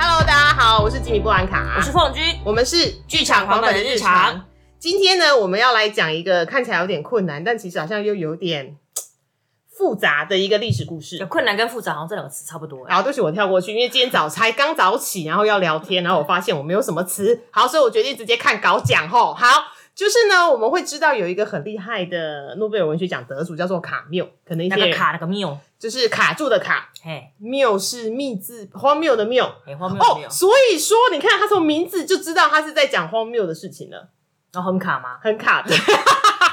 Hello，大家好，我是吉米布兰卡，我是凤君，我们是剧场狂粉的日常。今天呢，我们要来讲一个看起来有点困难，但其实好像又有点嘖复杂的一个历史故有事。困难跟复杂好像这两个词差不多哎、然后对不起，我跳过去，因为今天早才刚早起，然后要聊天，然后我发现我没有什么词，好，所以我决定直接看稿讲吼。好，就是呢，我们会知道有一个很厉害的诺贝尔文学奖得主叫做卡缪，可能一那些个人卡那个谬，就是卡住的卡，嘿，缪是密字荒谬的谬很荒谬的谬哦，，所以说你看他从名字就知道他是在讲荒谬的事情了，然后很卡吗？很 卡的。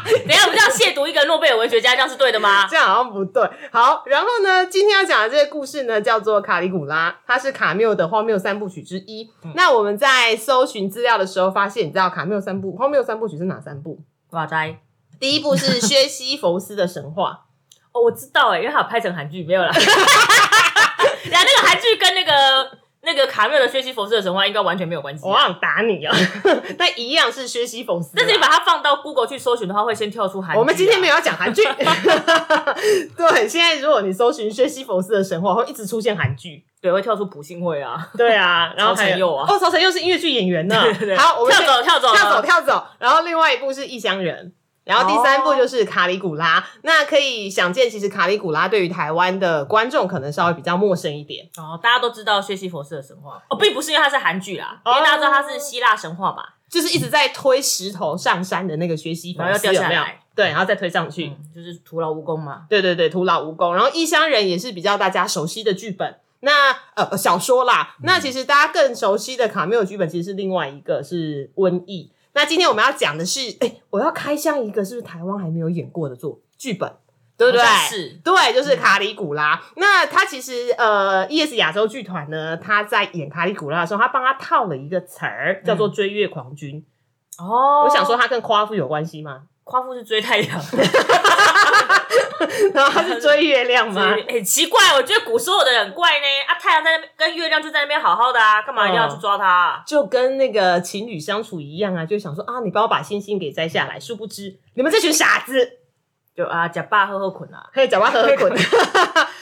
等一下我们这样亵渎一个诺贝尔文学家，这样是对的吗？这样好像不对。好，然后呢，今天要讲的这个故事呢，叫做《卡里古拉》，它是卡缪的荒谬三部曲之一。嗯那我们在搜寻资料的时候发现，你知道卡缪三部荒谬三部曲是哪三部？哇塞！第一部是薛西弗斯的神 话，哦，我知道哎、因为他有拍成韩剧，没有啦。然后那个韩剧跟那个那个卡缪的《薛西佛斯的神话》应该完全没有关系啊、我想打你 啊！那一样是薛西弗斯啊。但是你把它放到 Google 去搜寻的话，会先跳出韩剧啊、我们今天没有要讲 韩剧， 对，现在如果你搜寻薛西弗斯的神话，会一直出现韩剧。对，会跳出朴信惠啊。 对啊，然后还曹承佑啊哦，曹承佑是音乐剧演员 呢对对对。好，我们跳先走跳走跳走了跳走。然后另外一部是《异乡人》，然后第三部哦就是《卡里古拉》。那可以想见，其实《卡里古拉》对于台湾的观众可能稍微比较陌生一点。哦，大家都知道薛西佛斯的神话哦，并不是因为它是韩剧啦，哦因为大家知道它是希腊神话吧？就是一直在推石头上山的那个学习然后粉又丝掉有下没有来？对，然后再推上去。嗯，就是徒劳无功嘛。对对对，徒劳无功。然后《异乡人》也是比较大家熟悉的剧本。那呃小说啦，嗯那其实大家更熟悉的卡缪剧本其实是另外一个是瘟疫。那今天我们要讲的是，哎、我要开箱一个是不是台湾还没有演过的作剧本，对不对好？像是对，就是卡里古拉。那他其实呃，E.S. 亚洲剧团呢，他在演卡里古拉的时候，他帮他套了一个词儿，叫嗯做“追月狂军”哦，我想说，他跟夸父有关系吗？ 夸父是追太阳，然后他是追月亮吗？ 很、欸奇怪，我觉得古时候的人很怪呢。啊，太阳在那边跟月亮就在那边好好的啊，干嘛一定嗯要去抓它、啊？就跟那个情侣相处一样啊，就想说啊，你帮我把星星给摘下来，殊不知你们这群傻子，就啊，假爸喝喝捆啊。嘿，讲话呵呵滚。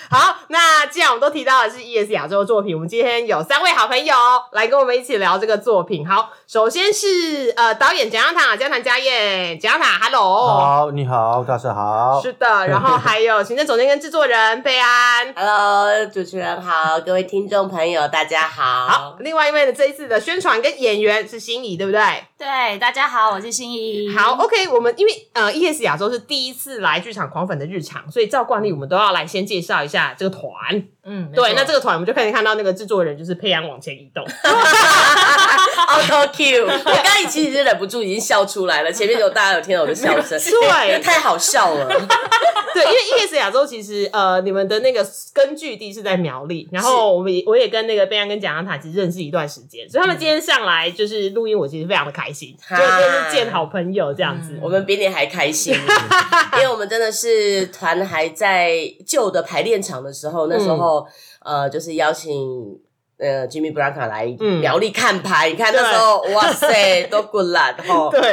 好，那既然我们都提到的是 E.S. 亚洲的作品，我们今天有三位好朋友来跟我们一起聊这个作品。好，首先是呃导演蒋亚塔，蒋亚塔家燕，蒋亚塔，Hello，好，你好，大家好。哦是的，然后还有行政总监跟制作人贝安。 Hello，主持人好，各位听众朋友大家 好。好，另外一位呢，这一次的宣传跟演员是心仪，对不对？对，大家好，我是心嗯怡。好，，OK，我们因为呃，ES 亚洲是第一次来剧场狂粉的日常，所以照惯例我们都要来先介绍一下这个团。嗯，没对，错那这个团我们就可以看到那个制作人就是佩安往前移动， Auto Q，我刚才其实忍不住已经笑出来了，前面有大家有听到我的笑声，对太好笑了。对，因为 ES 亚洲其实呃，你们的那个根据地是在苗栗，然后我们也我也跟那个贝安跟蒋安塔其实认识一段时间，所以他们今天上来就是录音，我其实非常的开心，就嗨嗯就是见好朋友这样子。我们比你还开心，因为我们真的是团还在旧的排练场的时候，那时嗯候、呃，就是邀请。呃，Jimmy Branca 来嗯苗栗看牌，你看对那时候，哇塞，都滚了，然后对，哦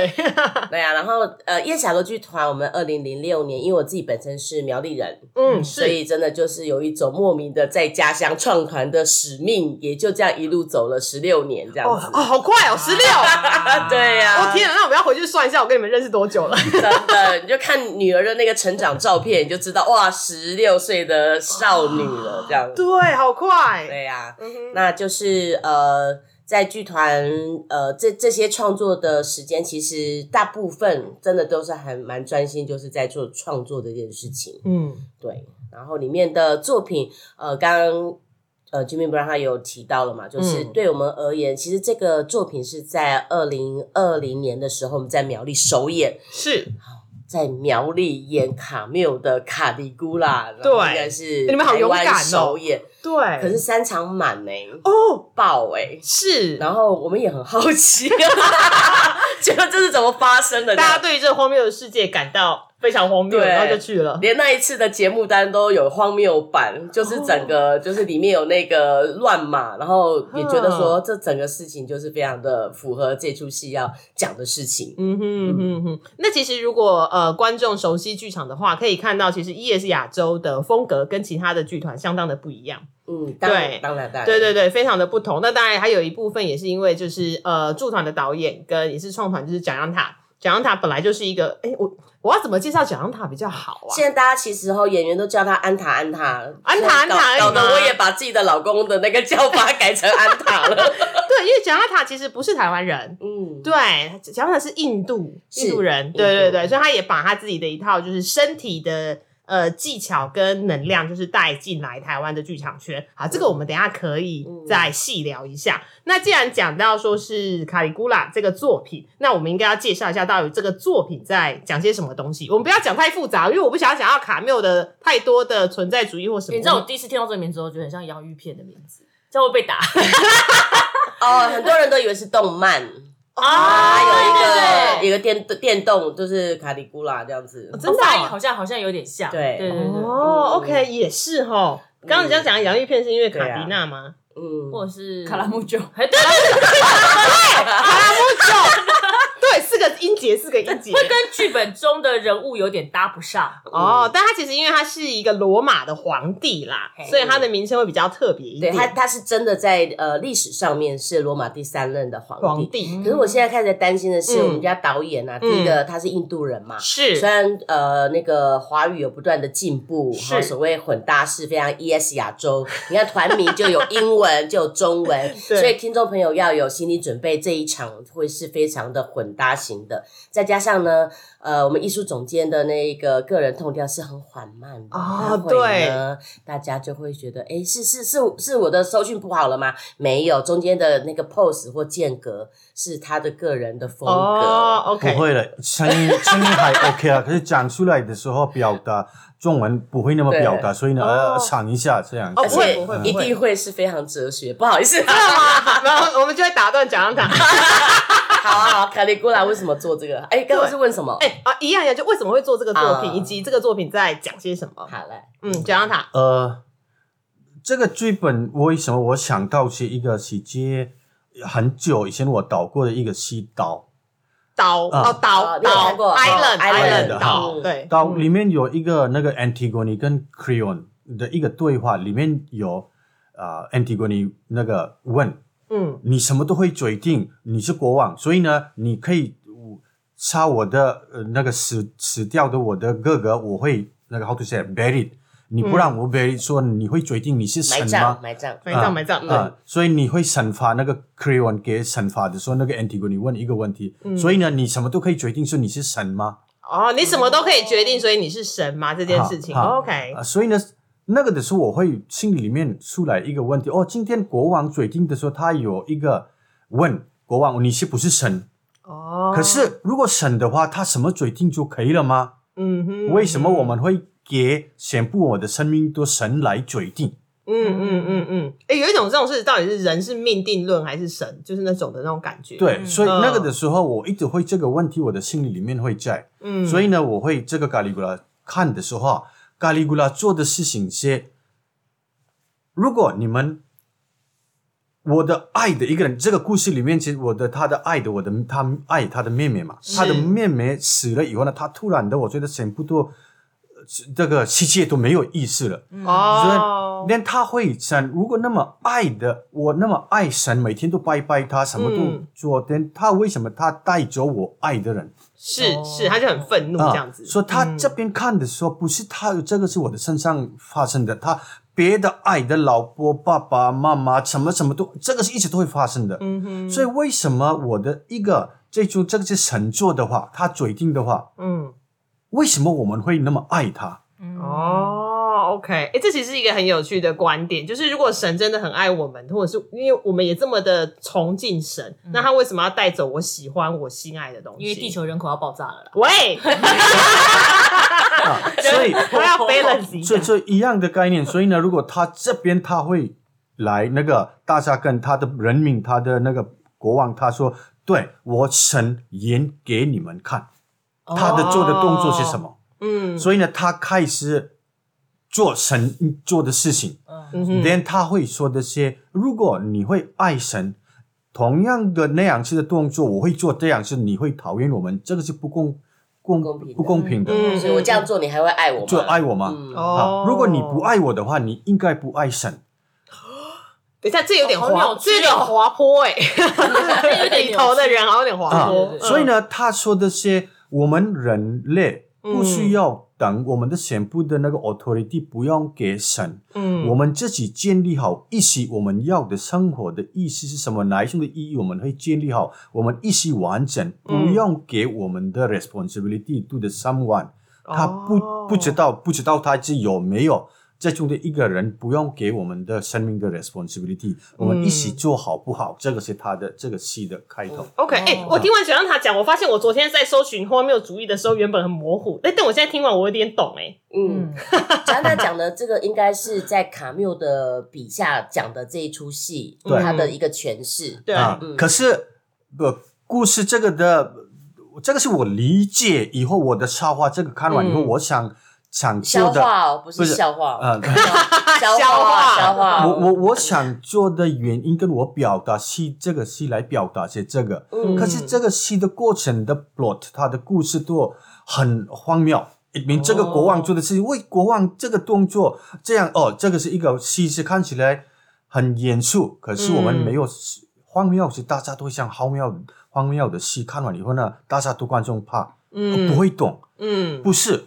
对啊，然后呃，夜小楼剧团，我们二零零六年，因为我自己本身是苗栗人，嗯，所是，以真的就是有一种莫名的在家乡创团的使命，也就这样一路走了十六年这哦样子。哦，好快哦，十六，啊对呀、我天啊，那我们要回去算一下，我跟你们认识多久了？真的，你就看女儿的那个成长照片，你就知道哇，十六岁的少女了 这样。啊对，好快，对呀、嗯哼那就是呃，在剧团呃这这些创作的时间，其实大部分真的都是还蛮专心，就是在做创作这件事情。嗯，对，然后里面的作品，呃，刚刚呃 Jimmy Brown 他有提到了嘛，就是嗯对我们而言，其实这个作品是在二零二零年的时候我们在苗栗首演，是在苗栗演卡缪的《卡迪古拉》，对应该是你们好勇敢哦台湾首演，对，可是三场满呢、哦，爆哎、是，然后我们也很好奇，啊 觉得这是怎么发生的呢？大家对于这个荒谬的世界感到非常荒谬，对然后就去了。连那一次的节目单都有荒谬版，就是哦整个、就是里面有那个乱码，然后也觉嗯得说这整个事情就是非常的符合这出戏要讲的事情。嗯哼哼哼，那其实如果呃观众熟悉剧场的话，可以看到其实 E.S. 亚洲的风格跟其他的剧团相当的不一样。嗯，当然对当然当然，对对对，非常的不同。那当然还有一部分也是因为就是呃驻团的导演跟也是创团就是蒋阳塔，蒋阳塔本来就是一个哎我我要怎么介绍蒋阳塔比较好啊？现在大家其实后哦演员都叫他安塔安塔安塔安哎塔而已搞搞嘛得我也把自己的老公的那个叫法改成安塔了。对，因为蒋阳塔其实不是台湾人。嗯，对，蒋阳塔是印度是印度人，印度对对对，所以他也把他自己的一套就是身体的呃技巧跟能量，就是带进来台湾的剧场圈。好，这个我们等一下可以再细聊一下。那既然讲到说是卡里古拉这个作品，那我们应该要介绍一下到底这个作品在讲些什么东西。我们不要讲太复杂，因为我不想要讲到卡缪的太多的存在主义或什么。你知道我第一次听到这个名字，我觉得很像洋芋片的名字，这样会被打。哦，很多人都以为是动漫，啊它有一个、对对对一个电电动，就是卡里古拉这样子。 真的发音哦好像好像有点像。对对对对，哦嗯，OK，也是哈。刚刚你这样讲的洋芋片是因为卡对啊迪娜吗？嗯，或者是卡拉木酒，哎， 对，对对对，四个音节，四个音节。会跟剧本中的人物有点搭不 上。嗯哦，但他其实因为他是一个罗马的皇帝啦，嘿所以他的名称会比较特别一对点。他，他是真的在呃历史上面是罗马第三任的皇帝。皇帝可是我现在开始担心的是，嗯我们家导演啊，第一个他是印度人嘛，虽是然呃那个华语有不断的进步，是哈，所谓混搭式非常 ES 亚洲，你看团名就有英文就有中文， 对所以听众朋友要有心理准备，这一场会是非常的混搭型的，再加上呢，呃，我们艺术总监的那个个人痛调是很缓慢的，哦待会呢，大家就会觉得，哎，是是是是我的收讯不好了吗？没有，中间的那个 pose 或间隔是他的个人的风格。哦，OK，不会的，声音声音还 OK 啊，可是讲出来的时候表达中文不会那么表达，所以呢，哦呃，想一下这样子。哦而不会且不会不一定会是非常哲学。不好 意思，然后我们就会打断 讲堂。好啊好啊，卡利古拉为什么做 这个？哎，刚刚是问什么？哎啊，一样呀，就为什么会做这个作品，啊以及这个作品在讲些什么？好嘞，嗯，讲堂塔呃，这个剧本为什么我想到是一个是接很久以前我导过的一个西岛，岛啊哦岛啊你有岛看过 island island，哦 island 嗯岛对岛里面有一个那个 Antigone 跟 Creon 的一个对话，里面有呃 Antigone 那个问嗯你什么都会决定，你是国王，所以呢，你可以呃杀我的呃那个死死掉的我的哥哥，我会那个 how to say buried，你不让我 buried，、说你会决定你是埋神吗葬？埋葬。嗯埋葬啊埋葬啊、所以你会惩罚那个 Creon 给惩罚的时候，那个 Antigone 问一个问题，嗯所以呢，你什么都可以决定说你是神吗？哦，你什么都可以决定，所以你是神吗？这件事情好好，OK，啊，所以呢，那个的时候我会心里面出来一个问题，哦，今天国王决定的时候，他有一个问国王你是不是神？哦，可是如果省的话，他什么决定就可以了吗？嗯哼，为什么我们会给全部我的生命都神来决定？嗯嗯嗯嗯，哎、有一种这种事，到底是人是命定论还是神，就是那种的那种感觉。，对，所以嗯那个的时候，我一直会这个问题，我的心里里面会在。嗯，所以呢，我会这个咖喱古拉看的时候啊，咖喱古拉做的事情是，如果你们我的爱的一个人，这个故事里面其实我的他的爱的我的他爱他的妹妹嘛，是他的妹妹死了以后呢，他突然的我觉得全部都呃这个世界都没有意思了。哦，连他会想，如果那么爱的我那么爱神，每天都拜拜他，什么嗯都做，但、他为什么他带走我爱的人？是是，他就很愤怒这样子。啊。所以他嗯这边看的时候，不是他这个是我的身上发生的，他别的爱的老婆、爸爸妈妈什么什么都，这个是一直都会发生的。嗯哼，所以为什么我的一个最终这个是神做的话，他决定的话，嗯，为什么我们会那么爱他？哦 OK，哎、这其实是一个很有趣的观点，就是如果神真的很爱我们，或者是因为我们也这么的崇敬神，嗯那他为什么要带走我喜欢、我心爱的东西？因为地球人口要爆炸了啦。 喂， 啊，所以我要 balance 一所以下。这一样的概念，所以呢，如果他这边他会来那个大家跟他的人民，他的那个国王，他说：“对我神演给你们看，他的做的动作是什么？”嗯所以呢，他开始做神做的事情，嗯哼连、他会说这些。如果你会爱神，同样的那样式的动作，我会做这样式，你会讨厌我们，这个是不公公公平的不公平的。嗯所以我这样做，你还会爱我吗？就爱我吗嗯哦啊，如果你不，爱我的话，你应该不爱神。等一下，这有点好滑，扭曲这有点哦滑坡哎、 有点里头的人好像有点滑啊坡。对对对所以呢，他说这些，我们人类不需要等我们的全部的那个 authority 不要给神，嗯，我们自己建立好一起我们要的生活的意思是什么？哪一种的意义我们会建立好？我们一起完整，嗯不要给我们的 responsibility to the someone。他不、哦不知道不知道他是有没有这种的一个人，不用给我们的生命的 responsibility，、我们一起做好不好？这个是他的这个戏的开头。 OK，哎、我听完雪让他讲，我发现我昨天在搜寻荒谬主义的时候，原本很模糊，哎、但我现在听完我有点懂、哎，嗯， 讲他讲的这个应该是在卡缪的笔下讲的这一出戏，对他的一个诠释。对，啊，嗯可是不故事这个的，这个是我理解以后我的插画这个看完以后，嗯我想想消做的，化哦，不是不是笑话哦，嗯、消消化化消化。我我我想做的原因跟我表达戏这个戏来表达些这个，嗯可是这个戏的过程的 plot，它的故事都很荒谬。明明这个国王做的事情，为国王这个动作这样哦，这个是一个戏是看起来很严肃，可是我们嗯没有、荒谬，是大家都会像荒谬荒谬的戏看完以后呢，大家都观众怕、嗯，不，会懂，嗯，不是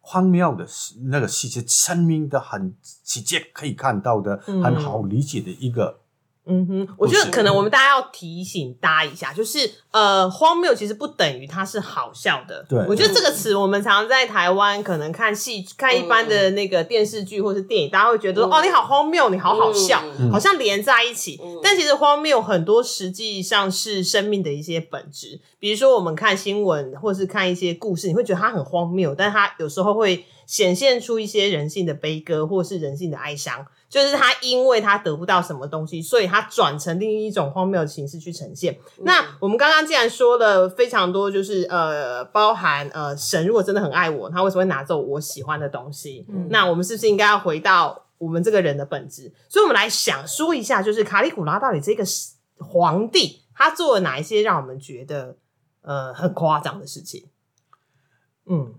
荒谬的事那个细节，生命的很直接可以看到的，嗯很好理解的一个。嗯哼，我觉得不是可能我们大家要提醒大家一下，就是呃，荒谬其实不等于它是好笑的。对我觉得这个词我们常常在台湾可能看戏、看一般的那个电视剧或是电影，大家会觉得说、嗯哦，你好荒谬，你好好笑，嗯好像连在一起。嗯但其实荒谬很多实际上是生命的一些本质，比如说我们看新闻或是看一些故事，你会觉得它很荒谬，但它有时候会显现出一些人性的悲歌或是人性的哀伤。就是他因为他得不到什么东西，所以他转成另一种荒谬的形式去呈现。那我们刚刚既然说了非常多，就是呃，包含呃，神如果真的很爱我，他为什么会拿走我喜欢的东西？那我们是不是应该要回到我们这个人的本质？所以，我们来想说一下，就是卡里古拉到底这个皇帝他做了哪一些让我们觉得呃很夸张的事情？嗯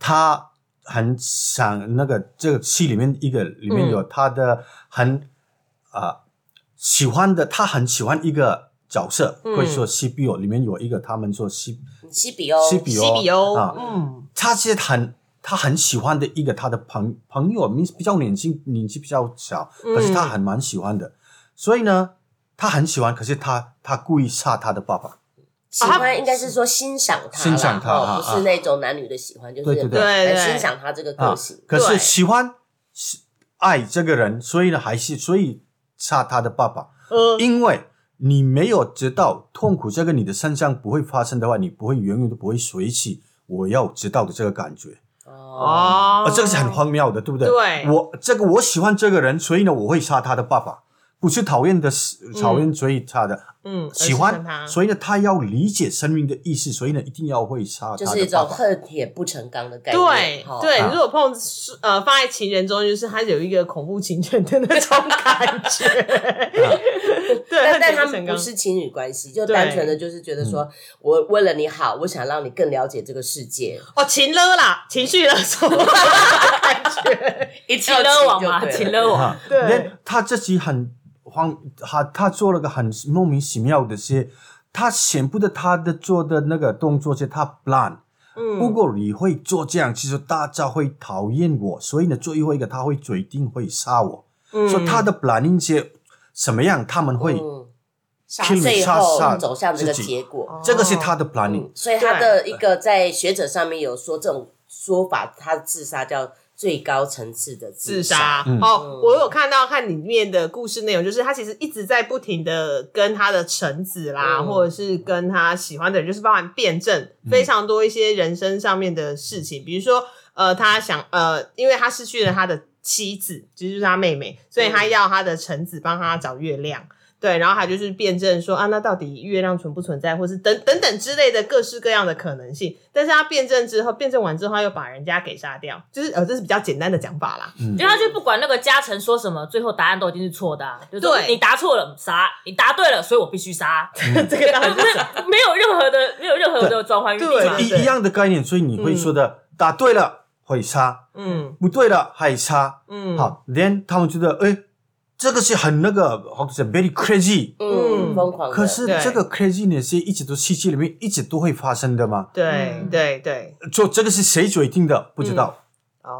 他很想那个这个戏里面一个里面嗯有他的很啊、呃喜欢的，他很喜欢一个角色，嗯或者说 CBO 里面有一个他们说 C 西比哦欧， CBO 哦西比欧啊，嗯他是很他很喜欢的一个他的朋朋友，比比较年轻，年纪比较小，嗯可是他很蛮喜欢的，所以呢，他很喜欢，可是他他故意杀他的爸爸，喜欢应该是说欣赏他啦，欣赏他啊哦啊不是那种男女的喜欢，就是对对对对对很欣赏他这个啊个性，。可对是喜欢喜爱这个人，所以呢，还是所以杀他的爸爸，呃因为你没有知道痛苦这个你的身上不会发生的话，你不会永远都不会随喜。我要知道的这个感觉，哦，哦啊，这个是很荒谬的，对不对？对我这个我喜欢这个人，所以呢，我会杀他的爸爸，不是讨厌的讨厌，所以杀的、嗯喜而是跟他欢，所以呢，他要理解生命的意思，所以呢，一定要会杀就他是一的爸种爸。恨铁不成钢的概念。对哦对，啊如果碰呃放在情人中，就是他有一个恐怖情人的那种感觉。对，但但点他成们功不是情侣关系，就单纯的就是觉得嗯说，我为了你好，我想让你更了解这个世界，哦，情勒啦，情绪勒索。一情勒王嘛， 情勒王，啊，对但他自己很荒，他他做了个很莫名其妙的事，他全部的他的做的那个动作是他 plan。如嗯，果你会做这样，其实大家会讨厌我，所以呢，最后一个他会决定会杀我。嗯哦说他的 planning 是什么样，他们会、嗯， kill 最 me 杀后杀走向这个自己哦结果。这个是他的嗯 planning，、所以他的一个在学者上面有说这种说法，他自杀叫最高层次的自杀。杀。嗯哦，我有看到看里面的故事内容，就是他其实一直在不停的跟他的臣子啦，嗯或者是跟他喜欢的人，就是包含辩证非常多一些人生上面的事情，比如说呃，他想呃，因为他失去了他的妻子，其实就是他妹妹，所以他要他的臣子帮他找月亮。对，然后他就是辩证说啊，那到底月亮存不存在，或是等等等之类的各式各样的可能性。但是他辩证之后，辩证完之后，他又把人家给杀掉，就是呃，这是比较简单的讲法啦。因为他就不管那个嘉诚说什么，最后答案都已经是错的、啊。就是说对你答错了杀，你答对了，所以我必须杀。 这个当然 是没没有任何的，没有任何的转换余地嘛。对一一样的概念，所以你会说的，答对了会杀，嗯不对了还杀。嗯，，好，then 他们觉得，哎，这个是很那个，好像是 very crazy。嗯嗯，疯狂的。可是对这个 craziness 是一直都戏剧里面一直都会发生的嘛？对嗯对对。就这个是谁决定的？不知道。哦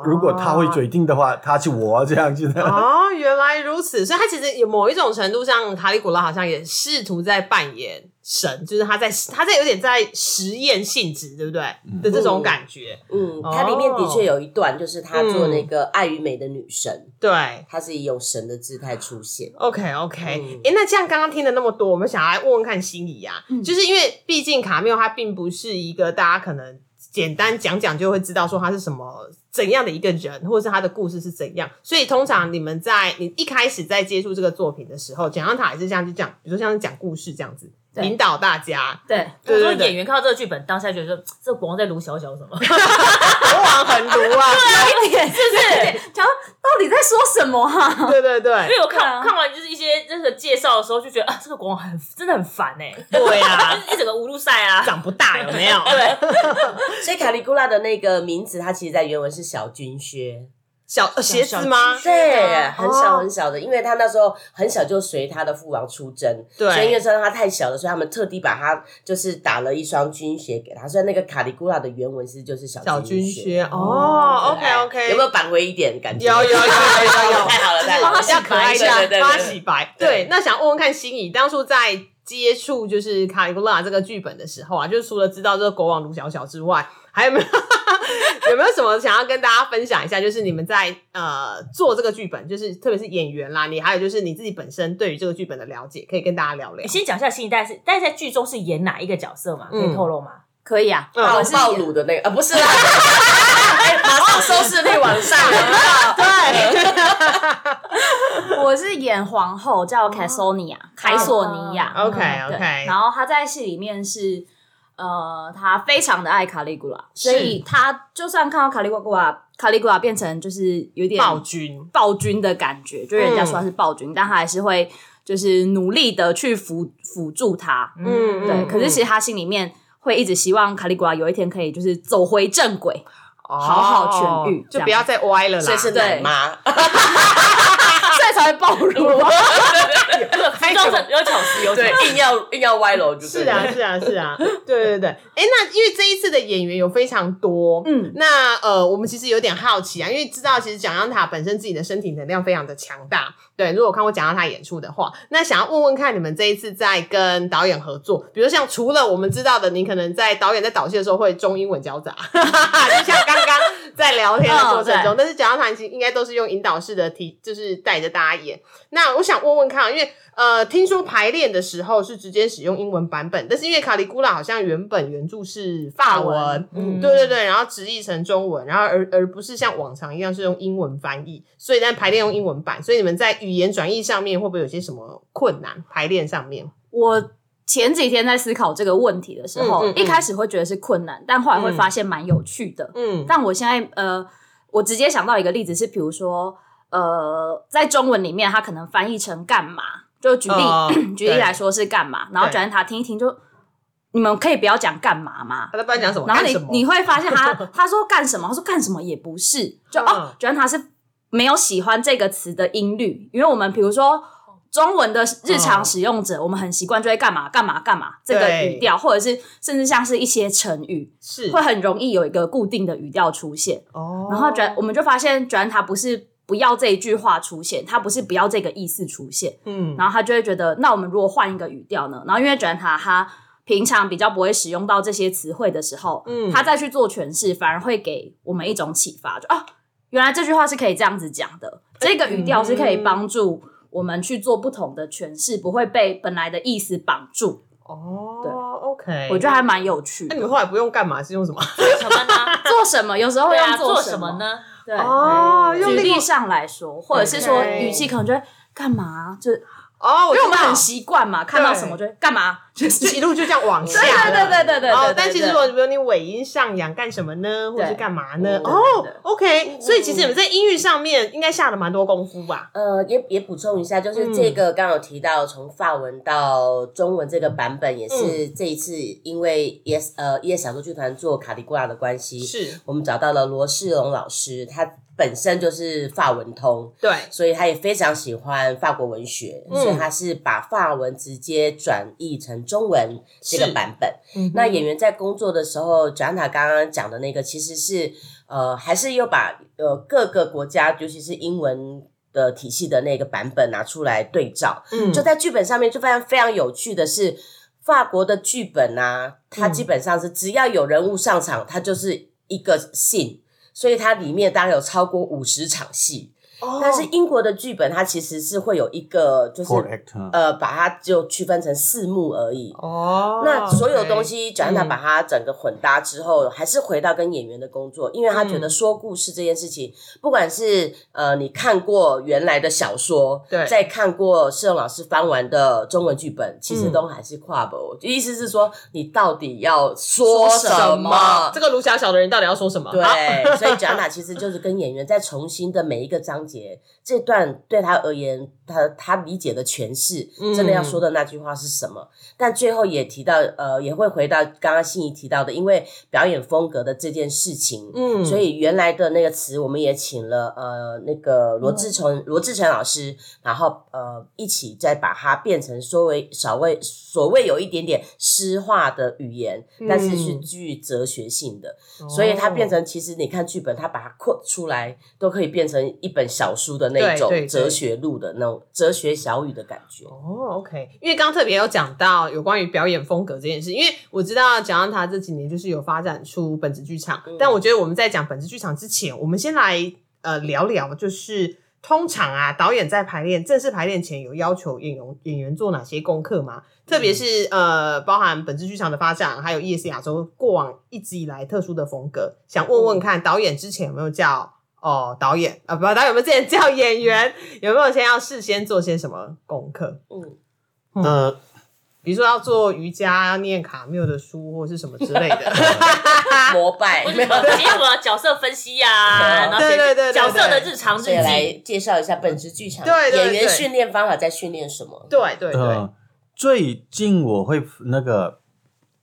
如果他会决定的话，他是我这样子的。哦，原来如此，所以他其实有某一种程度上，卡里古拉好像也试图在扮演神，就是他在他在有点在实验性质，对不对的这种感觉？嗯，哦它里面的确有一段，就是他做嗯那个爱与美的女神，对。她是以有神的姿态出现。 OK OK，哎、嗯诶那这样刚刚听了那么多，我们想来问问看心仪啊，就是因为毕竟卡缪他并不是一个大家可能简单讲讲就会知道说他是什么怎样的一个人，或者是他的故事是怎样，所以通常你们在你一开始在接触这个作品的时候，讲让塔也是这样去讲，比如说像是讲故事这样子，对引导大家，对，对我说对对演员看到这个剧本，当下觉得说这国王在卢小小什么？国王很毒啊，一点 是不是？讲到底在说什么哈、啊？对对因为对，我看、对啊看完就是一些那个介绍的时候，就觉得啊，这个国王很真的很烦哎、对啊，就是一整个无路赛啊，长不大有没有？对，所以卡里古拉的那个名字，它其实在原文是小军靴，小呃鞋子吗？对，很小哦很小的，因为他那时候很小就随他的父王出征，对所以因为说他太小了，所以他们特地把他就是打了一双军鞋给他，所以那个卡里古拉的原文是就是小小军靴靴。哦很可，OK 爱 OK，嗯有没有扳回一点感觉？有有有有有有太好了，太好帮了，他洗白一下对对，对帮他对洗白。对对，那想问问看心仪，当初在接触就是《卡里古拉》这个剧本的时候啊，就是除了知道这个国王卢小小之外，还有没有 有没有什么想要跟大家分享一下？就是你们在呃做这个剧本，就是特别是演员啦，你还有就是你自己本身对于这个剧本的了解，可以跟大家聊聊你。先讲一下新一代是，但是在剧中是演哪一个角色嘛？可以嗯透露吗？可以啊，嗯暴我是暴乳的那个啊，不 是啦，哎马上收视率往上，对，我是演皇后，叫凯索尼亚，凯索尼亚。哦 OK，嗯对 OK 然后她在戏里面是，呃，她非常的爱卡利古拉，所以她就算看到卡利古拉，卡利古拉变成就是有点暴君，暴君的感觉，就人家说他是暴嗯君，但他还是会就是努力的去辅辅助他。嗯对，可是其实他心里面会一直希望卡利古拉有一天可以就是走回正轨。好好痊愈哦就不要再歪了啦。所以是奶妈， 所以才会暴露。开剧中是有巧思，有巧对思。，硬要硬要歪楼就是对啊，了是啊，是 啊，对对对。哎、那因为这一次的演员有非常多，嗯那呃，我们其实有点好奇啊，因为知道其实蒋安塔本身自己的身体能量非常的强大，对。如果有看过蒋安塔演出的话，那想要问问看你们这一次在跟导演合作，比如像除了我们知道的，你可能在导演在导戏的时候会中英文交杂， 就像刚刚在聊天的过程哦中，但是蒋安塔其实应该都是用引导式的提，就是带着大家演。那我想问问看啊，因为呃，听说排练的时候是直接使用英文版本，但是因为卡里古拉好像原本原著是法文，嗯对对对，然后直译成中文，然后而而不是像往常一样是用英文翻译，所以但排练用英文版，所以你们在语言转译上面会不会有些什么困难？排练上面，我前几天在思考这个问题的时候，嗯嗯嗯一开始会觉得是困难，但后来会发现蛮有趣的。嗯但我现在呃，我直接想到一个例子是，比如说呃，在中文里面，它可能翻译成干嘛？就举例、哦嗯举例对来说是干嘛，然后对转他听一听就，你们可以不要讲干嘛吗？他在不知道讲什么，然后干你什么？你会发现 他他说干什么，他说干什么也不是，就、哦嗯，觉得他是没有喜欢这个词的音律，因为我们比如说中文的日常使用者，我们很习惯就会干嘛干嘛干嘛这个对语调，或者是甚至像是一些成语，是会很容易有一个固定的语调出现，哦然后转我们就发现转他不是。不要这一句话出现，他不是不要这个意思出现，嗯然后他就会觉得，那我们如果换一个语调呢？然后因为卷塔他平常比较不会使用到这些词汇的时候，嗯他再去做诠释，反而会给我们一种启发，就啊，原来这句话是可以这样子讲的，这个语调是可以帮助我们去做不同的诠释，不会被本来的意思绑住。哦，对，OK，我觉得还蛮有趣那的你。们后来不用干嘛？是用什么？什么呢？ 做什么？有时候对要啊，做什什么？呢？对，哦，用举另例上来说，或者是说 OK 语气可能就会干嘛？就因哦，为我们知道很习惯嘛，看到对什么就会干嘛？ 就是就一路就这样往下对了。对对对对对哦对。但其实对如果比如你尾音上扬干什么呢，或者是干嘛呢？嗯哦对对，OK，所以其实你们在音域上面应该下了蛮多功夫吧？呃，也也补充一下，嗯就是这个刚刚有提到，从法文到中文这个版本，也是嗯这一次因为 yes 呃 yes 小说剧团做卡利古拉的关系，是，我们找到了罗世龙老师，他本身就是法文通，对，所以他也非常喜欢法国文学，嗯所以他是把法文直接转译成中文这个是版本。嗯那演员在工作的时候，贾安塔刚刚讲的那个，其实是呃，还是又把呃各个国家，尤其是英文。的体系的那个版本拿出来对照，嗯就在剧本上面就发现非常有趣的是，法国的剧本啊，它嗯基本上是只要有人物上场，它就是一个信，所以它里面大概有超过五十场戏。哦但是英国的剧本它其实是会有一个就是 Correct，呃，把它就区分成四幕而已。哦，那所有东 OK，西，贾安娜把它整个混搭之后，还是回到跟演员的工作，因为他觉得说故事这件事情，不管是呃你看过原来的小说，对再看过施荣老师翻完的中文剧本，其实都还是跨博。意思是说，你到底要说说什么这？个卢小小的人到底要说什么？好 对，所以贾娜其实就是跟演员在重新的每一个章节，这段对他而言，他他理解的诠释，真的要嗯说的那句话是什么？但最后也提到，呃，也会回到刚刚心仪提到的，因为表演风格的这件事情，嗯所以原来的那个词，我们也请了呃那个罗志嗯成罗志成老师，然后呃一起再把它变成稍微稍微所谓有一点点诗化的语言，但是是嗯具哲学性的，所以它哦变成其实你看剧本，它把它 quote 出来，都可以变成一本小书的那对种对对哲学路的那种哲学小语的感觉。哦，OK，因为刚刚特别有讲到有关于表演风格这件事，因为我知道蒋安塔这几年就是有发展出本子剧场，但我觉得我们在讲本子剧场之前，我们先来呃聊聊，就是通常啊，导演在排练正式排练前有要求演员演员做哪些功课吗？特别是呃，包含本次剧场的发展，还有 ES 亚洲过往一直以来特殊的风格，想问问看导演之前有没有叫哦导演啊、不导演有没有之前叫演员，有没有先要事先做些什么功课？呃，比如说要做瑜伽、念卡缪的书或是什么之类 的。啊膜拜不，是什么今天我的角色分析 呀，然后对对对写对对角色的日常日 所以来记，介绍一下本职剧场对对对演员训练方法在训练什么？对对对，呃，最近我会那个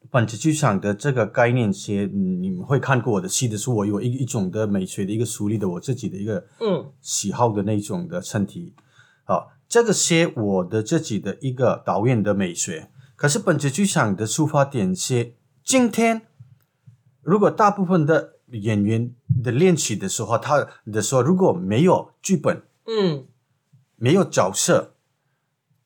本质剧场的这个概念些，嗯你们会看过我的戏的是我有一一种的美学的一个梳理的我自己的一个嗯喜好的那种的身体，好，这个些我的自己的一个导演的美学。可是本质剧场的出发点是，今天如果大部分的演员的练习的时候，他的时候如果没有剧本，嗯，没有角色，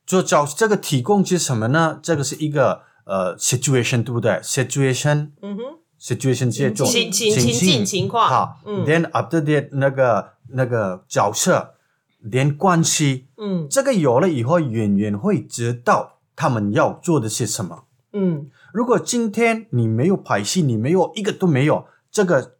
就角这个提供是什么呢？这个是一个呃 situation，对不对？situation，嗯哼，situation 这种情情情境情况好、嗯 t h e n after that 那个那个角色，连关系，嗯这个有了以后，演员会知道他们要做的是什么。嗯如果今天你没有排戏，你没有一个都没有，这个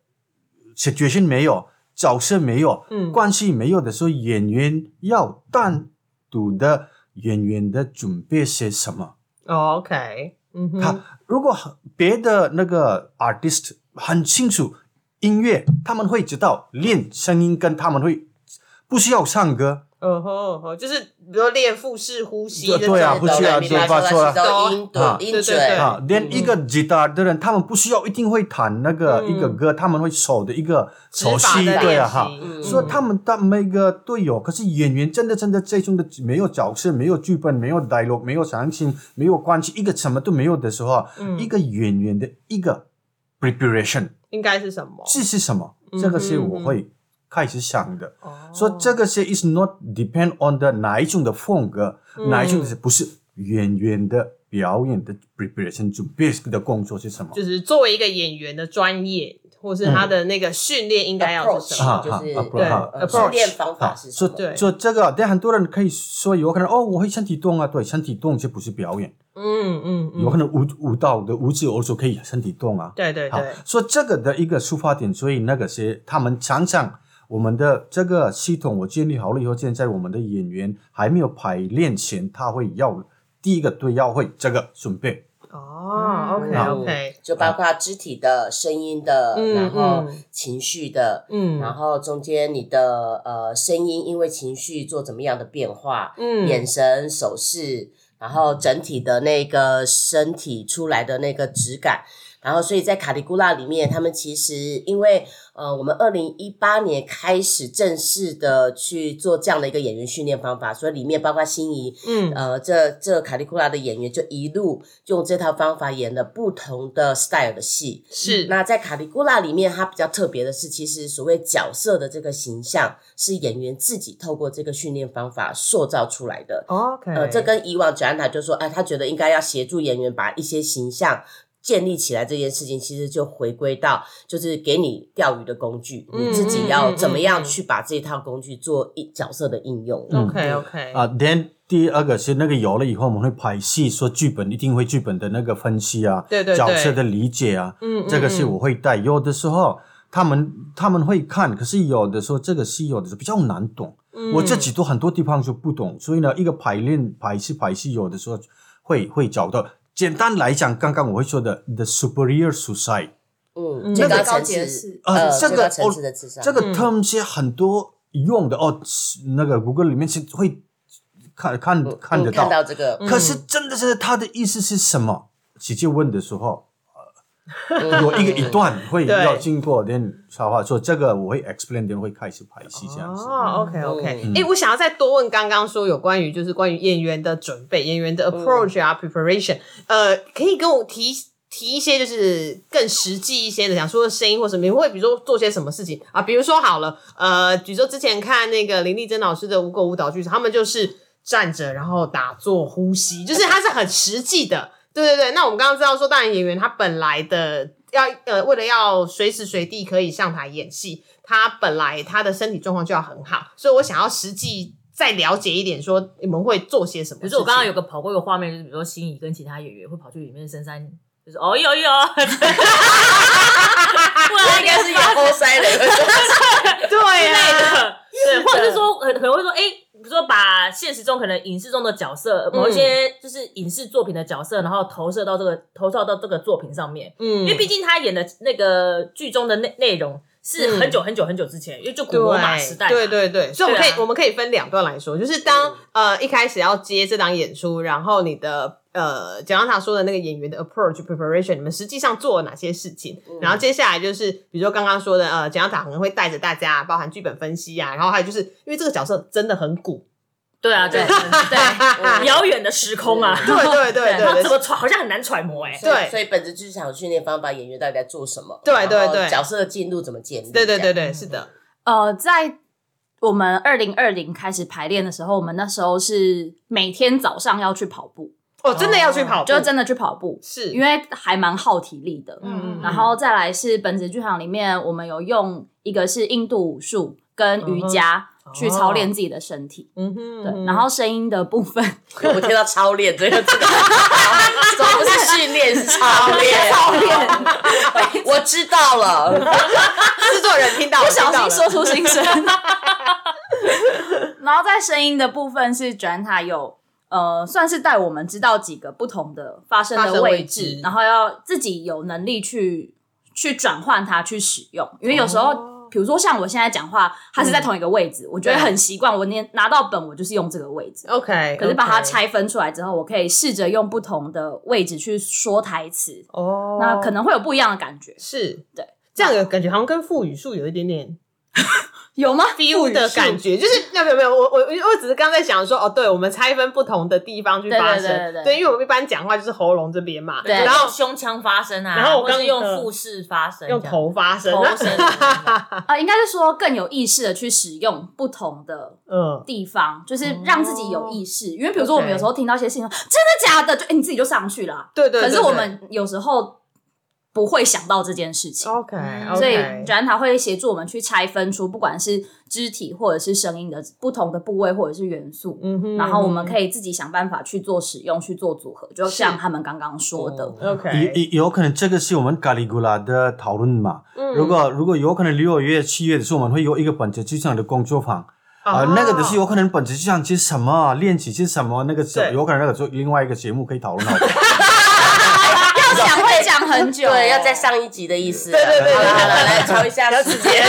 决心没有，角色没有，嗯关系没有的时候，演员要单独的演员的准备些什么？哦，OK，嗯哼，他如果别的那个 artist 很清楚音乐，他们会知道练声音跟他们会不需要唱歌，哦吼哦吼，就是比如说练腹式呼吸对这对啊种不需要的，就发出来到音啊准音对对对准，啊，连一个吉他的人，他们不需要一定会弹那个嗯一个歌，他们会手的一个手手势，对啊哈。嗯所以他们的每个队友，可是演员真的真的最终的没有角色，没有剧本，没有 dialogue，没有场景，没有关系，一个什么都没有的时候，啊嗯一个演员的一个 preparation 应该是什么？是是什么？嗯这个是嗯我会开始想的。哦说这个是 is not depend on 的哪一种的风格，嗯哪一种是不是演员的表演的 preparation 准备的工作是什么？就是作为一个演员的专业，或是他的那个训练应该要是什么？啊 approach 就是啊对啊呃 approach 训练方法好，是什所么以？对所以这个，但很多人可以说有可能哦，我会身体动啊，对，身体动这不是表演，嗯嗯有可嗯，能舞舞蹈的舞者时候可以身体动啊，对对好对，，所以这个的一个出发点，所以那个是他们常常我们的这个系统我建立好了以后，现在我们的演员还没有排练前，他会要第一个对要会这个准备，哦，OK 好 OK，就包括肢体的、声音的，嗯然后嗯情绪的，嗯然后中间你的呃声音因为情绪做怎么样的变化，嗯眼神、手势，然后整体的那个身体出来的那个质感。然后，所以在卡里古拉里面，他们其实因为呃，我们二零一八年开始正式的去做这样的一个演员训练方法，所以里面包括心仪，嗯呃，这这卡利库拉的演员就一路用这套方法演了不同的 style 的戏。是那在卡利库拉里面，它比较特别的是，其实所谓角色的这个形象是演员自己透过这个训练方法塑造出来的。 OK，呃，这跟以往吉安塔就说，哎、他觉得应该要协助演员把一些形象建立起来这件事情，其实就回归到就是给你钓鱼的工具，嗯你自己要嗯嗯怎么样嗯去把这套工具做一角色的应用。嗯 OK OK，啊、then 第二个是那个有了以后，我们会排戏，说剧本一定会剧本的那个分析啊，对对对角色的理解啊，嗯嗯这个是我会带。有的时候他们他们会看，可是有的时候这个戏有的时候比较难懂，嗯嗯我自己都很多地方就不懂，所以呢，一个排练排戏排戏有的时候会会找到。简单来讲，刚刚我会说的 the superior society。嗯，那最个高高层阶次是，呃这最个高层哦次的智商，这个嗯 term 是很多用的哦，那个 Google 里面是会看看嗯看得嗯看到 这个，可是真的是他的意思是什么？直接问的时候，嗯有一个一，段会 对要经过点消化，说这个我会 explain，点会开始排戏这样子。哦，OK OK，嗯哎、我想要再多问刚刚说有关于就是关于演员的准备、演员的 approach 啊、preparation，呃，可以跟我提提一些就是更实际一些的，想说的声音或什么，你会比如说做些什么事情啊？比如说好了，呃，比如说之前看那个林丽珍老师的《无垢舞蹈剧场》，他们就是站着然后打坐呼吸，就是它是很实际的。对对对，那我们刚刚知道说，当然演员他本来的要呃，为了要随时随地可以上台演戏，他本来他的身体状况就要很好，所以我想要实际再了解一点，说你们会做些什么比如事情。说我刚刚有个跑过一个画面，就是比如说心仪跟其他演员会跑去里面的深山，就是哦有 有，不然应该是有后塞的， 对啊，对，或者是说可可能会说，哎、比如说把现实中可能影视中的角色，某一些就是影视作品的角色，然后投射到这个投射到这个作品上面，嗯，因为毕竟他演的那个剧中的内内容是很久很久很久之前，因为就古罗马时代嘛，对对对，所以我们可以、对啊我们可以分两段来说，就是当、嗯呃一开始要接这档演出，然后你的呃蒋长塔说的那个演员的 approach preparation，你们实际上做了哪些事情？嗯然后接下来就是比如说刚刚说的呃蒋长塔可能会带着大家，包含剧本分析啊，然后还有就是因为这个角色真的很 古，对啊， 对对，遥远的时空 啊，对对对对他对怎么揣好像很难揣摩哎、对所以本质剧场训练方法，演员到底在做什么？对对然后对角色的进入怎么建立？对对对这样，嗯对，是的，呃，在我们二零二零开始排练的时候，我们那时候是每天早上要去跑步，哦，真的要去跑步，就真的去跑步，是因为还蛮耗体力的。嗯嗯嗯然后再来是本职剧场里面，我们有用一个是印度武术跟瑜伽去操练自己的身体。哦嗯哼，对，然后声音的部分，我听到操练这个字， 怎么不是训练是操练？操练， 我知道了。制作人 听到了，不小听到心了说出 心声。然后在声音的部分是 Janta 有呃，算是带我们知道几个不同的发声发的声位位置置，然后要自己有能力去去转换它去使用，因为有时候。哦比如说像我现在讲话，它是在同一个位置，嗯我觉得很习惯。我念拿到本，我就是用这个位置。 OK，可是把它拆分出来之后，我可以试着用不同的位置去说台词，哦，那可能会有不一样的感觉，是对。这样的感觉好像跟腹语术有一点点有吗？ feel 的感觉，就是没有没有没有，我我我只是刚在想说，哦，对，我们拆分不同的地方去对对发声，对对对因为我们一般讲话就是喉咙这边嘛，对然后胸腔发声啊，然后我或刚是用腹式发声，用这样头发声，头那声，啊、应该是说更有意识的去使用不同的嗯，地方，就是让自己有意识。因为比如说，我们 OK 有时候听到一些信号，真的假的，就、哎你自己就上去了啊、对对对可是我们有时候不会想到这件事情。哦 OK，嗯所以卷安塔会协助我们去拆分出，不管是肢体或者是声音的不同的部位或者是元素，嗯哼，然后我们以可以自己想办法去做使用、去做组合，就像他们刚刚说的。哦有 OK，有有可能这个是我们卡里古拉的讨论嘛？嗯如果如果有可能六月七月的时候，我们会有一个本质剧场的工作坊哦啊、那个的是有可能本质剧场是什么，练习是什么，那个是对有可能那个就另外一个节目可以讨论 好的。要想会讲很久，对，要在上一集的意思。对对对好了对好了，来瞧一下时间。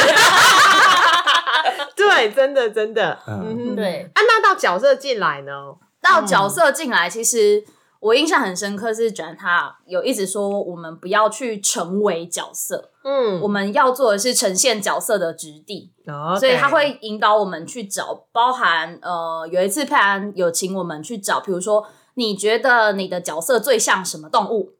对，真的真的，嗯嗯 哼，对，啊，那到角色进来呢？到角色进来，其实我印象很深刻是卷他有一直说我们不要去成为角色，嗯，哦我们要做的是呈现角色的质地， OK 所以他会引导我们去找，包含呃有一次佩安有请我们去找，比如说你觉得你的角色最像什么动物？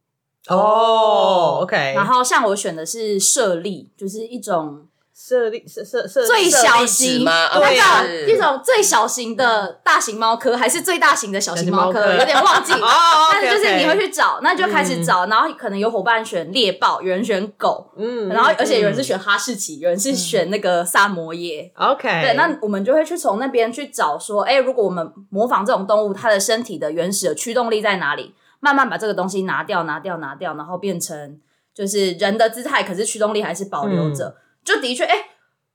哦，OK，然后像我选的是猞猁，就是一种设立设设设最设小设立纸型吗那啊个对啊一种最小型的大型猫科，还是最大型的小型小型猫科，猫科有点 忘记。哦，但是就是你会去找，那就开嗯始找，然后可能有伙伴选猎豹，有人选狗，嗯，嗯然后而且有人是选哈士奇，有人是选那个萨摩耶。 OK，对，那我们就会去从那边去找说，哎，如果我们模仿这种动物，它的身体的原始的驱动力在哪里？慢慢把这个东西拿掉，拿掉，拿掉，然后变成就是人的姿态，可是驱动力还是保留嗯着。就的确，哎，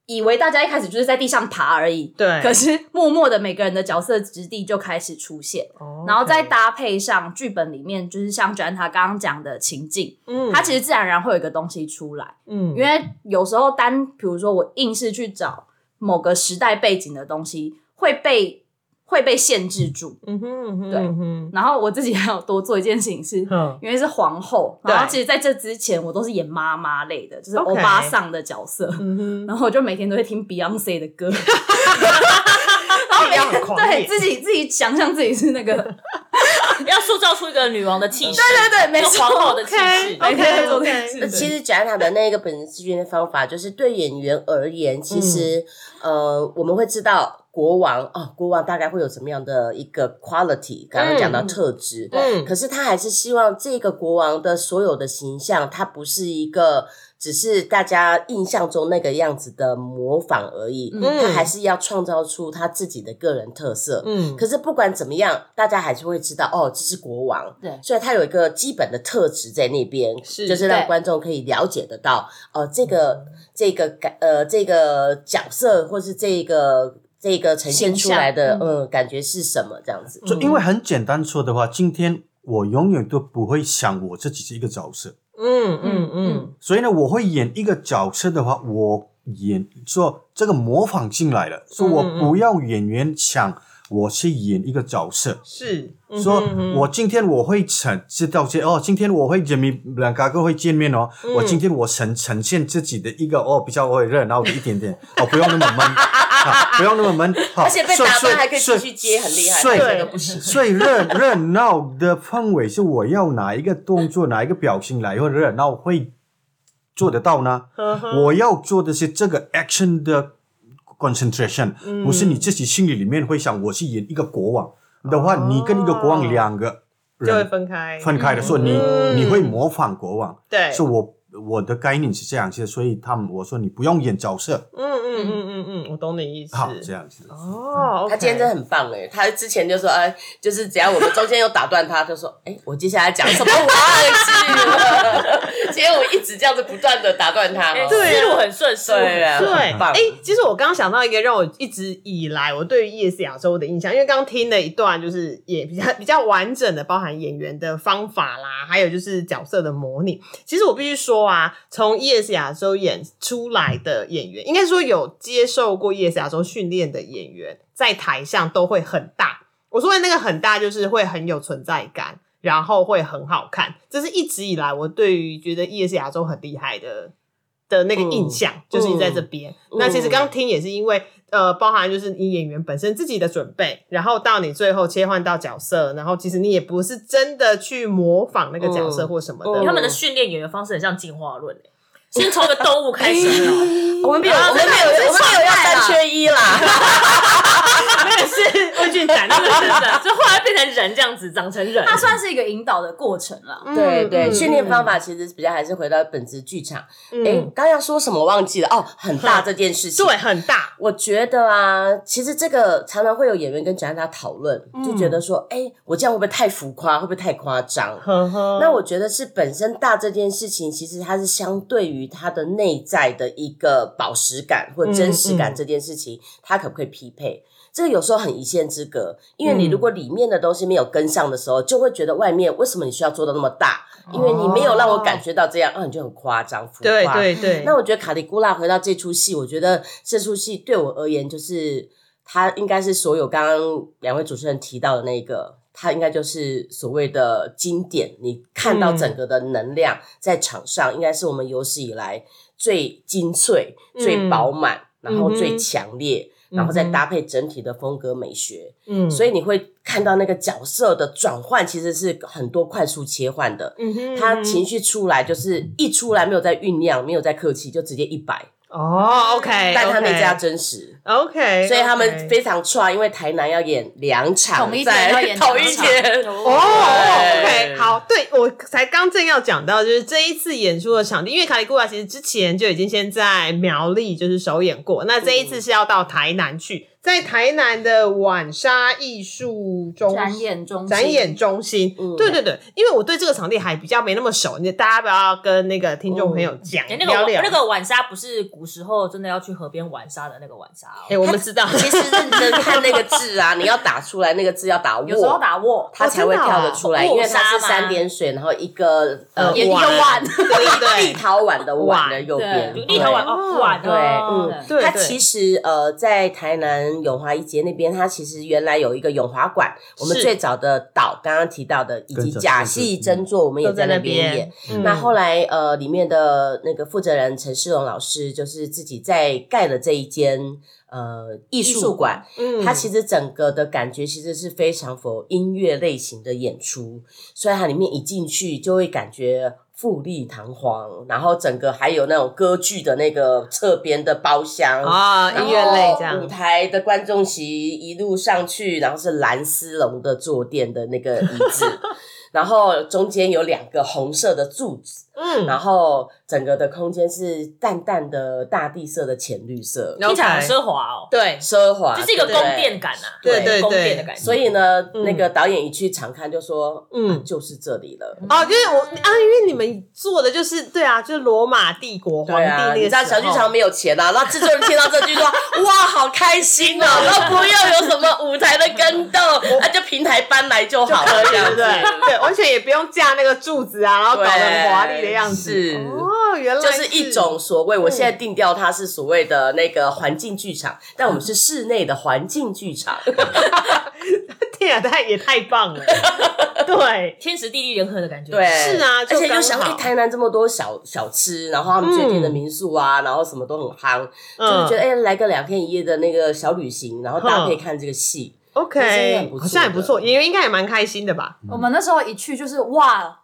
以为大家一开始就是在地上爬而已，对，可是默默的每个人的角色质地就开始出现。哦然后再 OK 搭配上剧本里面，就是像 Janta 刚刚讲的情境，嗯，它其实自然而然会有一个东西出来。嗯因为有时候单，比如说我硬是去找某个时代背景的东西，会被会被限制住。嗯哼嗯哼对嗯哼然后我自己还有多做一件事情是。嗯因为是皇后，对然后其实在这之前我都是演妈妈类的，就是欧 OK 巴桑的角色。嗯哼， 然后我就每天都会听 Beyonce 的歌，然后要很狂对野，自己自己想象自己是那个，对要塑造出一个女王的气势，对对，没就错，皇后的气势。 OK，对做 OK，这件事那其实讲塔的那个本质训练方法，就是对演员而言，其实、嗯呃，我们会知道国王哦，国王大概会有什么样的一个 quality，刚刚讲到特质，嗯可是他还是希望这个国王的所有的形象，他不是一个只是大家印象中那个样子的模仿而已，嗯他还是要创造出他自己的个人特色， 嗯可是不管怎么样，大家还是会知道哦，这是国王。对所以他有一个基本的特质在那边，是就是让对观众可以了解得到哦，这个这个感呃这个角色或是这个这个呈现出来的形象嗯、呃感觉是什么这样子。嗯就因为很简单说的话，今天我永远都不会想我自己是一个角色，嗯嗯嗯所以呢，我会演一个角色的话，我演说这个模仿进来了，说我嗯嗯不要演员想我是演一个角色，是说嗯哼我今天我会呈知道这哦，今天我会 Jimmy 两个哥会见面哦，嗯我今天我呈呈现自己的一个哦比较会热闹的一点点哦，不用那么 闷，啊、不用那么闷，好而且被所以打所以扮还可以继所以续接很厉害所以这个不行所以热 热闹的氛围是我要哪一个动作哪一个表情来会热闹会做得到呢？呵呵我要做的是这个 action 的 concentration，、不嗯是你自己心里里面会想我是演一个国王的话，哦你跟一个国王两个就会人分开，分开的，说你、嗯你会模仿国王，对，是我我的概念是这样子，所以他们我说你不用演角色，嗯嗯嗯嗯嗯，我懂你意思。好这样子，哦，他今天真的很棒哎、他之前就说哎、就是只要我们中间有打断他，就说哎、我接下来讲什么忘记了。 结果我一直这样子不断的打断他、哎哦，对啊思路很顺势，对啊，对，很棒哎、其实我刚刚想到一个让我一直以来我对于夜市亚洲的印象，因为刚刚听了一段，就是也比较比较完整的，包含演员的方法啦，还有就是角色的模拟。其实我必须说啊，从夜市亚洲演出来的演员，应该说有接受过 E 夜市亚洲训练的演员，在台上都会很大。我说的那个很大，就是会很有存在感。然后会很好看，这是一直以来我对于觉得 E 夜市亚洲很厉害的的嗯那个印象，就是你在这边。那其实刚听也是因为，呃，包含就是你演员本身自己的准备，然后到你最后切换到角色，然后其实你也不是真的去模仿那个角色嗯或什么嗯的。他们的训练演员方式很像进化论、欸，先从一个动物开始，我们没有，啊我们没有，我们没有要三缺一啦。没然是魏俊展，真的是的，就后来变成人这样子，长成人。它算是一个引导的过程了。嗯对对，训练方法，法其实比较还是回到本职剧场。嗯哎，刚要说什么忘记了哦，很大这件事情。对，，很大，我觉得啊，其实这个常常会有演员跟展览讨论，就觉得说，哎，我这样会不会太浮夸，会不会太夸张？呵呵那我觉得是本身大这件事情，其实它是相对于它的内在的一个宝石感或真实嗯感这件事情，它可不可以匹配？这个有时候很一线之隔，因为你如果嗯里面的东西没有跟上的时候，就会觉得外面为什么你需要做到那么大？因为你没有让我感觉到这样，啊，你就很夸张、浮夸。哦对对对，那我觉得《卡里古拉》回到这出戏，我觉得这出戏对我而言，就是它应该是所有刚刚两位主持人提到的那个，它应该就是所谓的经典。你看到整个的能量在场上，应该是我们有史以来最精粹、最饱满，然后最强烈。然后再搭配整体的风格美学，嗯所以你会看到那个角色的转换，其实是很多快速切换的。嗯哼他情绪出来就是一出来没有在酝酿，没有在客气，就直接一百，哦，OK，但他那家 OK 真实。 OK，所以他们 OK 非常串，因为台南要演两场，同一天在要演两同场一天，哦，OK， 对好，对我才刚正要讲到，就是这一次演出的场地，因为卡里古拉其实之前就已经先在苗栗就是首演过，那这一次是要到台南去，在台南的晚沙艺术中展演中心展演中心，嗯对对对，因为我对这个场地还比较没那么熟，你大家不要跟那个听众朋友讲、哎那聊个聊那个晚沙不是古时候真的要去河边玩沙的那个晚沙哦哎、。我们知道，其实认真看那个字啊，你要打出来那个字要打有时候握，打握，它才会哦真的啊跳得出来，因握为它是沙吗三点水，然后一个呃也一个碗，对对立对，陶宛的碗的右边，对立陶宛哦哦，碗对，哦嗯，对它对其实呃，在台南永华一节那边，它其实原来有一个永华馆，我们是最早的岛刚刚提到的，以及跟着假是是戏嗯真做，我们也都在在那那边边演。嗯那哦后来呃，里面的那个负责人陈世荣老师，就是自己在盖了这一间呃艺术馆，嗯它其实整个的感觉其实是非常符音乐类型的演出，所以它里面一进去就会感觉富丽堂皇，然后整个还有那种歌剧的那个侧边的包厢。啊、然后音乐类这样舞，台的观众席一路上去，然后是蓝丝绒的坐垫的那个椅子，然后中间有两个红色的柱子，嗯，然后整个的空间是淡淡的大地色的浅绿色，听起来 OK 很奢华哦，对，奢华，就是一个对宫殿感啊，对对对宫殿的感觉。所以呢，嗯那个导演一去场看就说，嗯嗯，就是这里了。哦，就是我啊，因为你们做的就是对啊，就是罗马帝国皇帝对那个啊，你知道时小剧候场没有钱啊，然后制作人听到这 句说，哇，好开心哦，然后不用有什么舞台的跟 斗，啊，就平台搬来就好了，这对样不对？子， 对，完全也不用架那个柱子啊，然后搞得很华丽的样子。是哦，原来就是一种所谓，我现在定调它是所谓的那个环境剧场，但我嗯们是室内的环境剧场， 天啊，太也太棒了。对，天时地利人和的感觉。对，是啊而就且刚又想好哎，台南这么多小小吃，然后他们最近的民宿啊，然后什么都很夯，就是觉得哎、来个两天一夜的那个小旅行，然后搭配看这个戏，这是很 OK， 不错的好像也不错，演员应该也蛮开心的吧？我们那时候一去就是哇，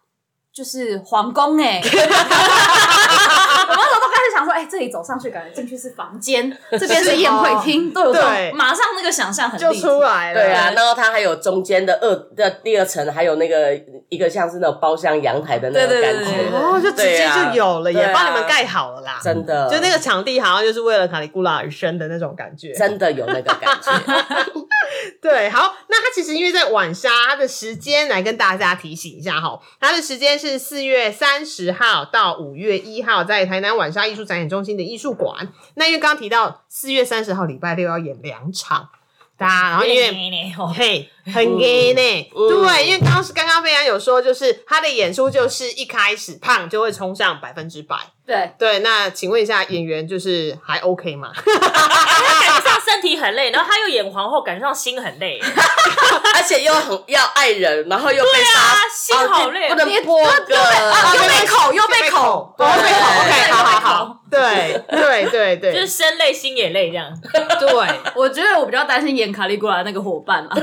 就是皇宫 哎、我那时候都开始想说，哎、这里走上去感觉进去是房 间，这边是宴会厅，都有这哦对种马上那个想象很就立体。出来了。对啊，然后它还有中间的二的第二层，还有那个一个像是那种包厢阳台的那种对对感对觉，对对哦， 就直接就有了，对啊也帮你们盖好了啦。真的，就那个场地好像就是为了卡里古拉而嗯生的那种感觉。真的有那个感觉， 对，好，那它其实因为在晚沙，它的时间来跟大家提醒一下哈，它的时间是四月三十号到五月一号，在台南晚沙艺术展演中心的艺术馆。那因为刚刚提到四月三十号礼拜六要演两场，大家然后因为。哦 嘿，很 gay 呢、对，因为刚刚是刚刚飞扬有说，就是他的演出就是一开始胖就会冲上百分之百。对，对，那请问一下演员，就是还 OK 吗？他感觉上身体很累，然后他又演皇后，感觉上心很 累。啊而且又很要爱人，然后又被杀，啊，心好累，不能播歌，又被口，又被口，又被口，OK，好好好，对对对对，就是 身累心也累这样。对， 我觉得我比较担心演卡利古拉那个伙伴啊，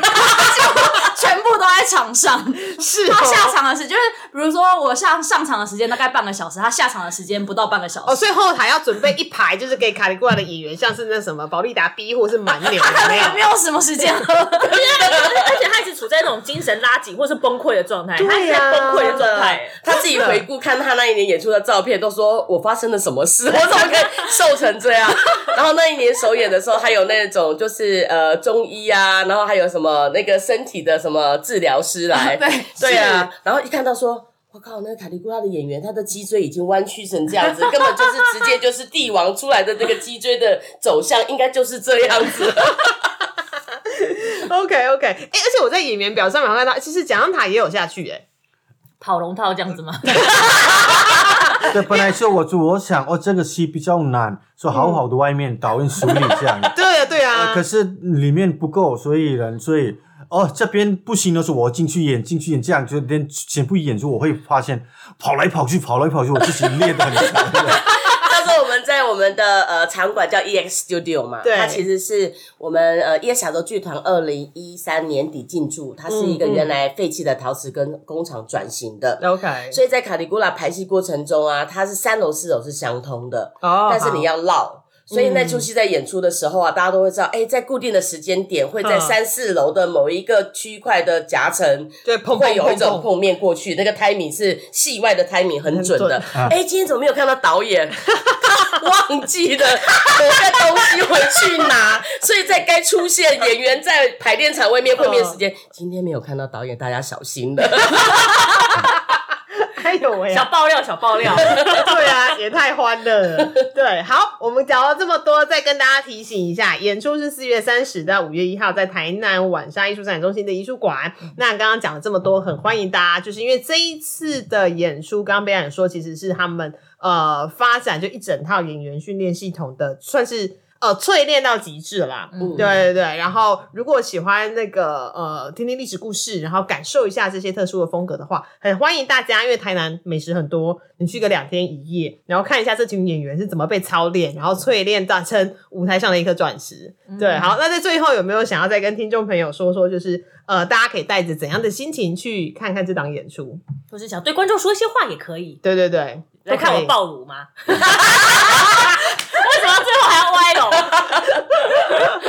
全部都在场上。是他下哦场的时，就是比如说我上上场的时间大概半个小时，他下场的时间不到半个小时。哦，所以后台要准备一排，就是给卡利古拉的演员，像是那什么保利达 B 或是蛮牛，有没有也？没有什么 时间喝，而且他一直处在那种精神拉紧或是崩溃的状态，对啊他是在 崩溃的状态。他自己回顾看他那一年演出的照片，都说我发生了什么事，我怎么可以瘦成这样？然后那一年首演的时候，还有那种就是呃中医啊，然后还有什么那个身体的什么治疗师来，对对啊，然后一看到说。我靠，那个卡利古拉的演员，他的脊椎已经弯曲成这样子，根本就是直接就是帝王出来的那个脊椎的走向，应该就是这样子。 OK OK，哎、而且我在演员表上面有看到，其实蒋塔也有下去、哎，跑龙套这样子吗？啊对，本来是我就我想哦，这个戏比较难，说好好的外面导演梳理这 样，对啊对啊，呃可是里面不够，所以人所以哦这边不行的时候，我进去演进去演，这样就连全部演出我会发现跑来跑去跑来跑去，我自己列的很长。那时候我们在我们的呃场馆叫 EX Studio 嘛，对它其实是我们呃夜小洲剧团二零一三年底进驻，它是一个嗯嗯原来废弃的陶瓷跟工厂转型的。 OK，所以在卡里古拉排戏过程中啊，它是三楼四楼是相通的，哦嗯但是你要要绕。所以那出戏在演出的时候啊，大家都会知道，哎、在固定的时间点，会在嗯三四楼的某一个区块的夹层，对碰会碰有一碰种碰，碰面过去，那个 timing 是戏外的 timing 很准的。哎、嗯今天怎么没有看到导演？ 忘记了某个东西回去拿，所以在该出现演员在排练场外面会面时间，今天没有看到导演，大家小心了。哎呦喂、小啊，爆料，小爆 料。对啊，也太欢乐了。对，好，我们讲了这么多，再跟大家提醒一下，演出是四月三十到五月一号在台南晚沙艺术展中心的艺术馆。嗯那刚刚讲了这么多，很欢迎大家，就是因为这一次的演出，刚刚贝冉说其实是他们呃发展就一整套演员训练系统的，算是呃淬炼到极致啦。嗯对对对，然后如果喜欢那个呃，听听历史故事，然后感受一下这些特殊的风格的话，很欢迎大家，因为台南美食很多，你去个两天一夜，然后看一下这群演员是怎么被操练，然后淬炼到成舞台上的一颗钻石。对，好，那在最后有没有想要再跟听众朋友说说，就是呃，大家可以带着怎样的心情去看看这档演出？我是想对观众说一些话也可以，对对对，哎来看都可我以。爆乳 吗？为什么最后还要歪楼？啊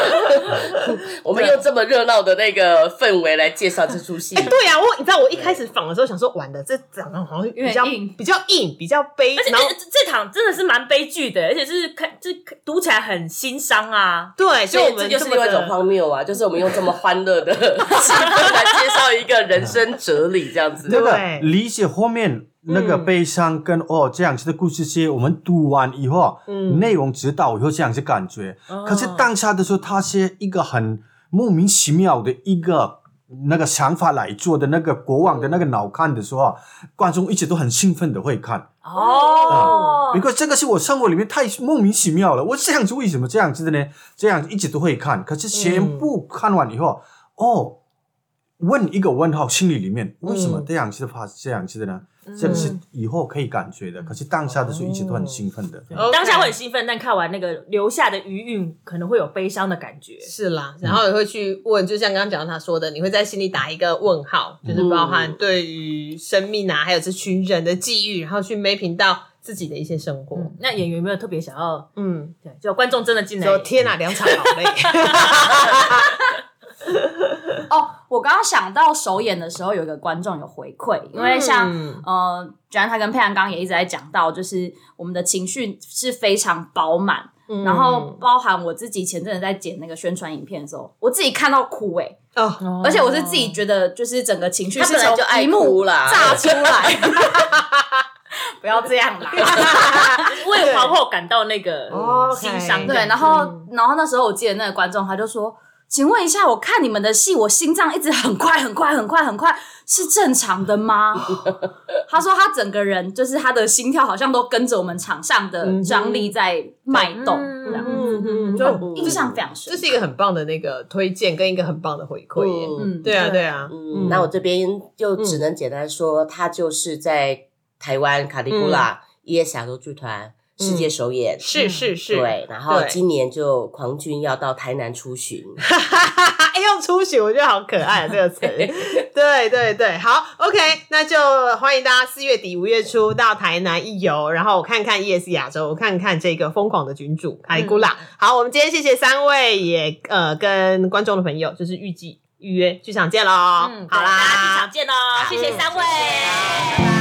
我们用这么热闹的那个氛围来介绍这出戏哎、，对呀、啊，我你知道我一开始仿的时候想说，完了，这长得好像比较有点硬比较硬，比较悲，而且 然后这这这场真的是蛮悲剧的，而且是看这读起来很心伤啊。对，所以我这们 就是这么另外一的种荒谬啊，就是我们用这么欢乐的气氛来介绍一个人生哲理，这样子。那对个理解后面那个悲伤跟、哦这样子的故事线，我们读完以后，嗯哦内容指导以后这样子感觉。可是当下的时候，他是一个很莫名其妙的一个那个想法来做的那个国王的那个脑看的时候，观众一直都很兴奋的会看。哦如，果这个是我生活里面太莫名其妙了，我这样子为什么这样子的呢？这样一直都会看，可是全部看完以后，哦，问一个问号，心里里面为什么这样子的发这样子的呢？这个是以后可以感觉的，可是当下的时候一直都很兴奋的。 OK 当下会很兴奋，但看完那个留下的余韵，可能会有悲伤的感觉。是啦，然后也会去问，就像刚刚讲到他说的，你会在心里打一个问号，就是包含对于生命啊，还有这群人的际遇，然后去 mapping 到自己的一些生活嗯。那演员有没有特别想要？嗯，对，就观众真的进来，说天哪，两场好累。哦，我刚刚想到首演的时候，有一个观众有回馈，因为像、嗯呃，居然他跟佩兰刚刚也一直在讲到，就是我们的情绪是非常饱满，嗯然后包含我自己前阵子在剪那个宣传影片的时候，我自己看到哭哎、哦，而且我是自己觉得就是整个情绪他是本来从就爱一幕哭啦炸出来，不要这样啦。哦 为皇后感到那个哦，OK 心伤。对，然后、嗯然后那时候我记得那个观众他就说：“请问一下，我看你们的戏，我心脏一直很快很快很快很快，是正常的吗？” 他说他整个人就是他的心跳好像都跟着我们场上的张力在脉动，这样嗯嗯嗯，就就印象非常深这。是一个很棒的那个推荐，跟一个很棒的回馈耶。嗯嗯，对啊，对啊，嗯，那我这边就嗯只 E 能简单说，他就是在台湾卡利古拉耶小洲剧团世界首演。是是是，对，然后对今年就狂君要到台南出巡， 哎，用出血，我觉得好可爱啊这个词。对对对，好，OK，那就欢迎大家四月底五月初到台南一游，然后我看看 ES 亚洲，我看看这个疯狂的君主卡里古拉。好，我们今天谢谢三位，也呃跟观众的朋友就是预计预约剧场见喽。嗯，好对大家剧啦哦场，见喽，谢谢三位。拜拜。